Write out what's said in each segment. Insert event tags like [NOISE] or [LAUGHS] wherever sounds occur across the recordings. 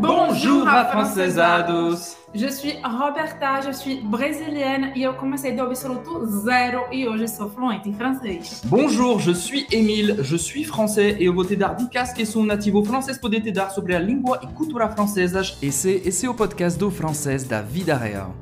Bonjour afrancesados! Je suis Roberta, je suis brésilienne e eu comecei do absoluto zero e hoje sou fluente em francês. Bonjour, je suis Émile, je suis français e eu vou te dar dicas que são nativo francês poder te dar sobre a língua e cultura francesas. Esse, esse é o podcast do francês da vida real.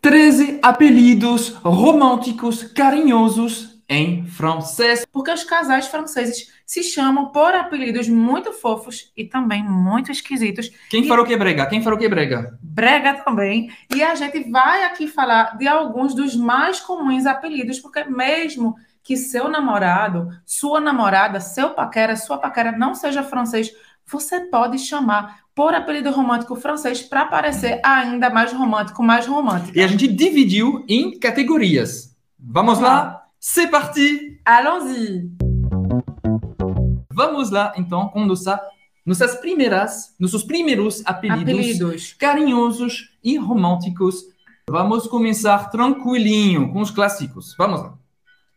13 apelidos românticos carinhosos em francês. Porque os casais franceses se chamam por apelidos muito fofos e também muito esquisitos. Quem farou que brega? Quem farou que brega? Brega também. E a gente vai aqui falar de alguns dos mais comuns apelidos, porque mesmo que seu namorado, sua namorada, seu paquera, sua paquera não seja francês, você pode chamar por apelido romântico francês para parecer ainda mais romântico, mais romântico. E a gente dividiu em categorias. Vamos lá? C'est parti! Allons-y! Vamos lá, então, com nossa, nossas primeiras, nossos primeiros apelidos Apelidos. carinhosos e românticos. Vamos começar tranquilinho com os clássicos. Vamos lá.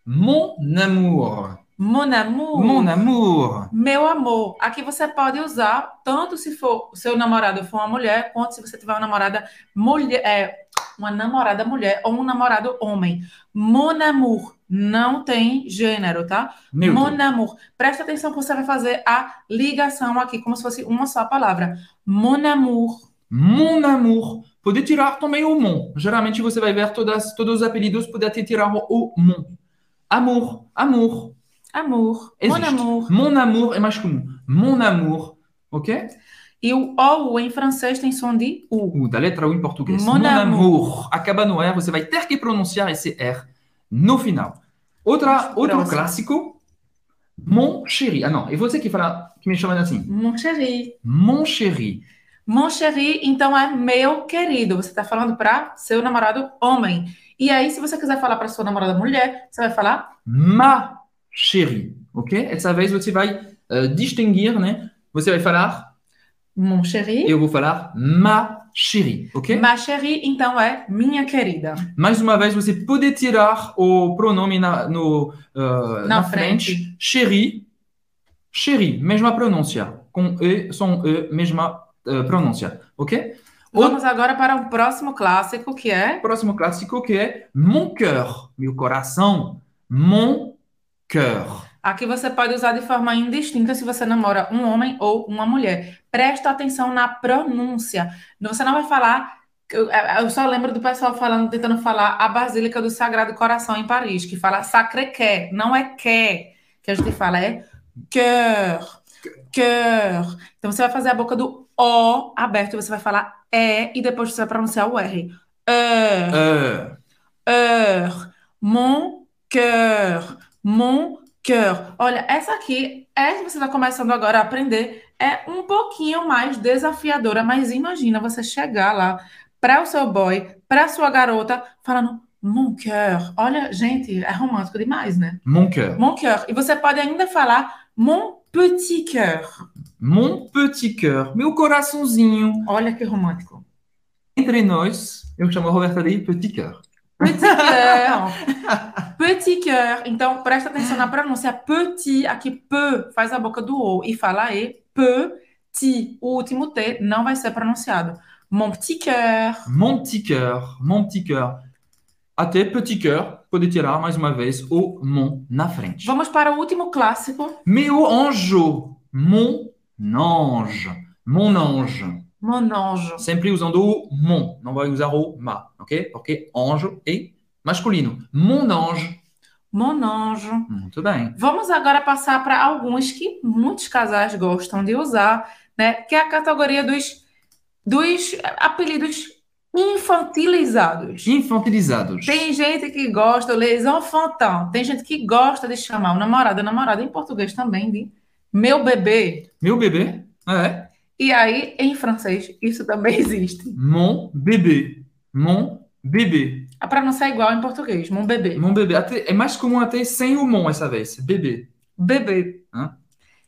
Mon amour. Mon amour. Mon amour. Meu amor, aqui você pode usar tanto se for seu namorado for uma mulher, quanto se você tiver uma namorada mulher, é, uma namorada mulher ou um namorado homem. Mon amour não tem gênero, tá? Neutro. Mon amour. Presta atenção que você vai fazer a ligação aqui, como se fosse uma só palavra. Mon amour. Mon amour. Poder tirar também o mon. Geralmente você vai ver todas, todos os apelidos, poder até tirar o mon. Amour. Amour. Amor. Existe. Mon amour. Mon amour é mais comum. Mon amour. Ok? E o OU em francês tem som de U. ou da letra U em português. Mon amour. Acaba no R, você vai ter que pronunciar esse R no final. Outra, outro Próximo. clássico, Mon chéri. Ah, não, é você que fala, que me chama assim. Mon chéri. Mon chéri. Mon chéri, então é meu querido. Você está falando para seu namorado homem. E aí, se você quiser falar para sua namorada mulher, você vai falar Ma chérie. Ok? Essa vez você vai eh, distinguir, hein. né? Você vai falar, mon chéri. eu vou falar ma chérie. Ok? Ma chérie, então é minha querida. Mais uma vez, você pode tirar o pronome na, no, eh, Na na frente. frente. Chéri. Chéri, mesma pronúncia. Com E, som E, mesma eh, pronúncia. Ok? O- Vamos agora para o próximo clássico, que é Próximo clássico que é Mon cœur. Meu coração. Mon cœur. aqui você pode usar de forma indistinta se você namora um homem ou uma mulher. Presta atenção na pronúncia. Você não vai falar. Eu, é, eu só lembro do pessoal falando, tentando falar a Basílica do Sagrado Coração em Paris, que fala sacré-cœur, não é quer, que a gente fala é cœur, cœur. Então você vai fazer a boca do O aberto, você vai falar é e depois você vai pronunciar o R. Heure, Euh, heure, mon cœur, mon cœur. Olha, essa aqui, essa que você está começando agora a aprender, é um pouquinho mais desafiadora, mas imagina você chegar lá para o seu boy, para sua garota, falando mon cœur. Olha, gente, é romântico demais, né? mon cœur. Mon cœur. E você pode ainda falar mon petit cœur. Mon petit cœur. Meu coraçãozinho. Olha que romântico. Entre nós, eu chamo a Roberta de petit cœur. Petit cœur. Petit cœur. Então, presta atenção na pronúncia. Petit, aqui, peu, faz a boca do O e fala E. Petit. O último T não vai ser pronunciado. Mon petit cœur. Mon petit cœur. Mon petit cœur. Até petit cœur, pode tirar mais uma vez o mon na frente. Vamos para o último clássico. Meu anjo. Mon ange. Mon ange. Mon anjo. Sempre usando o mon. Não vai usar o ma, ok? Porque anjo é masculino. Mon ange. Mon anjo. Muito bem. Vamos agora passar para alguns que muitos casais gostam de usar, né? Que é a categoria dos, dos apelidos infantilizados. Infantilizados. Tem gente que gosta, les enfantins. Tem gente que gosta de chamar o namorado, a namorada em português também, de meu bebê. Meu bebê. É. E aí, em francês, isso também [LAUGHS] existe. Mon bebê. Mon bebê. A pronúncia é igual em português, mon bebê. Mon bebê. Até- é mais comum até sem o mon essa vez. Bebê. Bebê. Hã?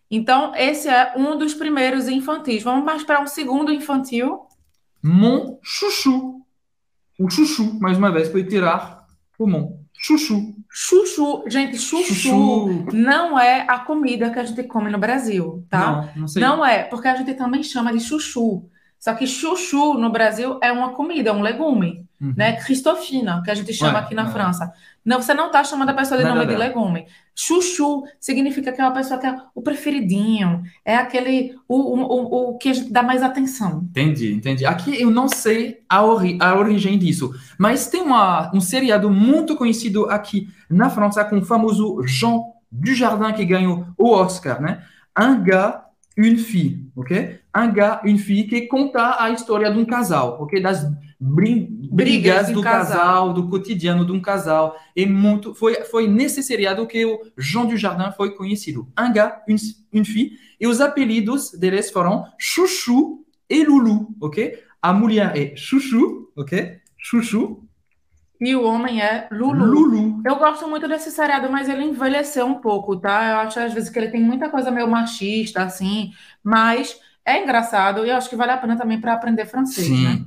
Então, esse é um dos primeiros infantis. Vamos mais para um segundo infantil. Mon chuchu. O chuchu. Mais uma vez, pode tirar o mon. Chuchu. Chuchu, gente, chuchu, não é a comida que a gente come no Brasil, tá? Não, não sei. Não é, porque a gente também chama de chuchu. Só que chuchu no Brasil é uma comida, é um legume, Uhum. né? Cristofina, que a gente chama Ué, aqui na é. França. Não, você não tá chamando a pessoa de Não, nome de não, não. legume. Chuchu significa que é uma pessoa que é o preferidinho, é aquele, o, o, o, o que a gente dá mais atenção. Entendi, entendi. Aqui eu não sei a, ori- a origem disso, mas tem uma, um seriado muito conhecido aqui na França com o famoso Jean Dujardin que ganhou o Oscar, né? Um gars, une fille, ok? Um gars, une fille que conta a história de um casal, ok? Das brin- Brigas brigas de um do casal. casal, do cotidiano de um casal. E muito foi foi nesse seriado que o Jean Dujardin foi conhecido. Um gars, une, une fille. E os apelidos deles foram Chuchu et Loulou, ok? A mulher é Chuchu, ok? Chuchu, E o homem é Lulu. Lulu. Eu gosto muito desse seriado, mas ele envelheceu um pouco, tá? Eu acho às vezes que ele tem muita coisa meio machista, assim, mas é engraçado e eu acho que vale a pena também para aprender francês, né?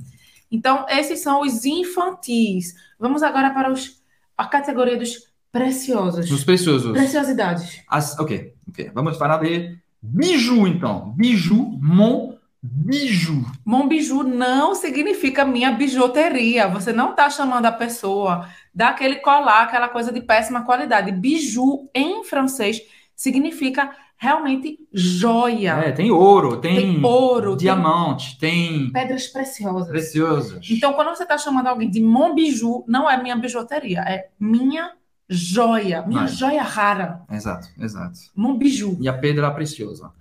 Então, esses são os infantis. Vamos agora para os, a categoria dos preciosos. Os preciosos. Preciosidades. As- ok, ok. Vamos falar de bijou, então. Bijou, mon bijou. Mon bijou não significa minha bijuteria. Você não está chamando a pessoa daquele colar, aquela coisa de péssima qualidade. Bijou em francês significa realmente joia. É, tem ouro, tem, Tem ouro, diamante, tem tem pedras preciosas. preciosos. Então, quando você está chamando alguém de mon bijou, não é minha bijuteria, é minha joia, minha Vai. joia rara. Exato, exato. Mon bijou. E a pedra preciosa.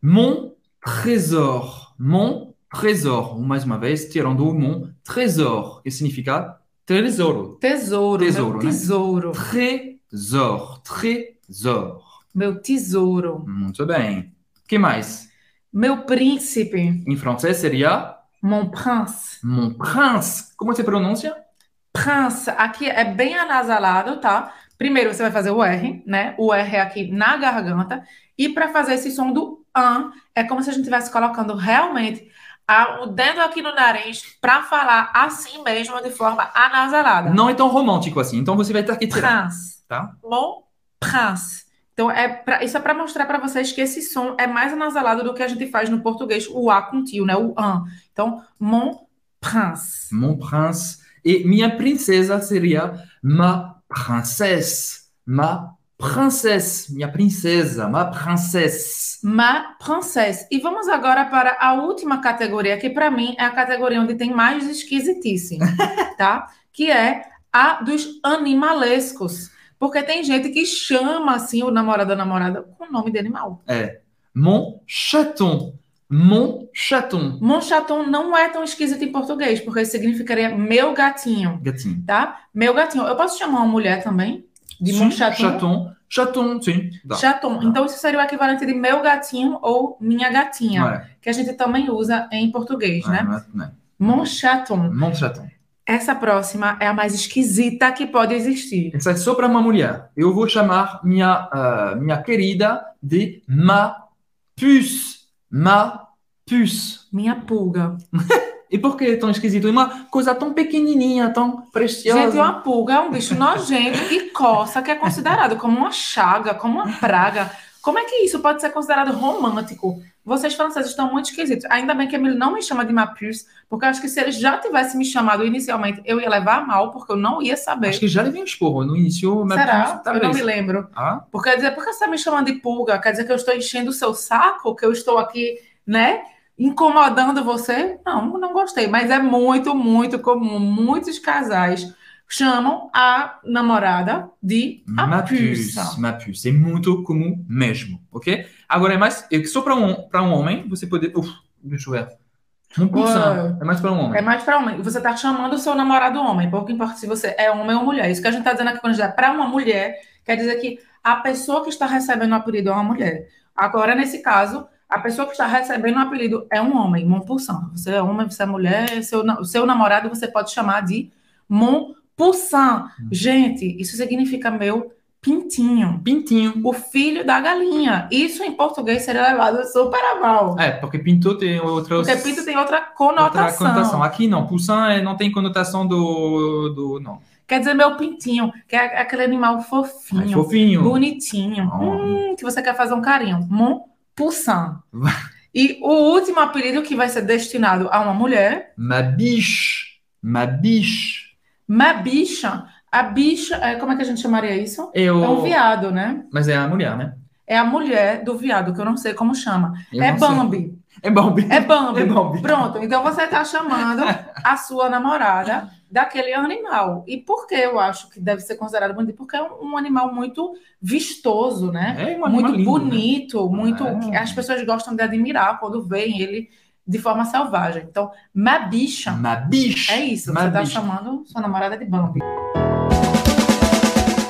Mon trésor. Mon trésor. Mais uma vez, tirando o mon trésor, que significa tesouro. Tesouro, Tesouro, meu né? tesouro, Trésor, trésor. meu tesouro, Muito bem. que mais? meu príncipe, Em francês seria mon prince. mon prince. Como se pronuncia? Prince, aqui é bem anasalado, tá? Primeiro você vai fazer o R, né? O R é aqui na garganta. E para fazer esse som do an, é como se a gente estivesse colocando realmente a- o dedo aqui no nariz para falar assim mesmo, de forma anasalada. Não é tão romântico assim. Então você vai ter que tirar. Prince. Tá. Mon prince. Então, é pra, isso é para mostrar para vocês que esse som é mais anasalado do que a gente faz no português, o A com tio, né? O an. Então, mon prince. Mon prince. E minha princesa seria ma princesse. Ma princesse. Minha princesa. Ma princesse. Ma princesse. E vamos agora para a última categoria, que para mim é a categoria onde tem mais esquisitice, [LAUGHS] tá? Que é a dos animalescos. Porque tem gente que chama assim o namorado ou namorada com o nome de animal. Mon chaton. Mon chaton. Mon chaton não é tão esquisito em português, porque significaria meu gatinho, Gatinho. tá? Meu gatinho. Eu posso chamar uma mulher também de mon Sim, chaton? Chaton. Chaton, sim. Dá. Chaton. Então isso seria o equivalente de meu gatinho ou minha gatinha, É, que a gente também usa em português, é, né? não é- Mon chaton. Mon chaton. Essa próxima é a mais esquisita que pode existir. Isso é só para uma mulher. Eu vou chamar minha, ah, minha querida de ma puce. Ma puce. Minha pulga. E por que é tão esquisito? É uma coisa tão pequenininha, tão preciosa. Gente, uma pulga é um bicho nojento que coça, que é considerado como uma chaga, como uma praga. Como é que isso pode ser considerado romântico? Vocês franceses estão muito esquisitos. Ainda bem que Emílio não me chama de Mapius, porque eu acho que se ele já tivesse me chamado inicialmente, eu ia levar a mal, porque eu não ia Acho saber. que já levei um esporro no início. mas Será? Eu não Talvez. me lembro. Ah, Porque dizer, por que você está me chamando de pulga? Quer dizer que eu estou enchendo o seu saco? Que eu estou aqui, né? Incomodando você? Não, não gostei. Mas é muito, muito comum. Muitos casais chamam a namorada de a ma puce. puça. Ma puce. É muito comum mesmo, ok? Agora é mais... É só para um, pra um homem, você pode... Uf, deixa eu ver. Mon poussin. É mais para um É homem. mais para homem. Você está chamando o seu namorado homem. Pouco importa se você é homem ou mulher. Isso que a gente está dizendo aqui quando já é para uma mulher, quer dizer que a pessoa que está recebendo o apelido é uma mulher. Agora, nesse caso, a pessoa que está recebendo o apelido é um homem, mon poussin. Você é homem, você é mulher, seu, na- o seu namorado você pode chamar de mon poussin. Gente, isso significa meu pintinho. Pintinho. O filho da galinha. Isso em português seria levado super a mal. É, porque pinto tem outros... Porque pinto tem outra Outra conotação. conotação. Aqui não, poussin é- não tem conotação do, do. Não. Quer dizer, meu pintinho, que é aquele animal Ai, fofinho, fofinho. bonitinho, Oh. hum, que você quer fazer um carinho. Mon Poussin. E o último apelido que vai ser destinado a uma mulher, Ma biche. Ma biche. ma bicha. A bicha, é, como é que a gente chamaria isso? Eu... É um viado, né? Mas é a mulher, né? É a mulher do viado, que eu não sei como chama. Eu é não sei. Bambi. [LAUGHS] É Bambi. É Bambi. É Bambi. Pronto, então você está [LAUGHS] chamando a sua namorada daquele animal. E por que eu acho que deve ser considerado bonito? Porque é um um animal muito vistoso, né? É um animal muito lindo, né? bonito, muito Ah. as pessoas gostam de admirar quando veem ele de forma selvagem. Então, ma bicha Ma biche. é isso. Ma Você está biche. chamando sua namorada de Bambi.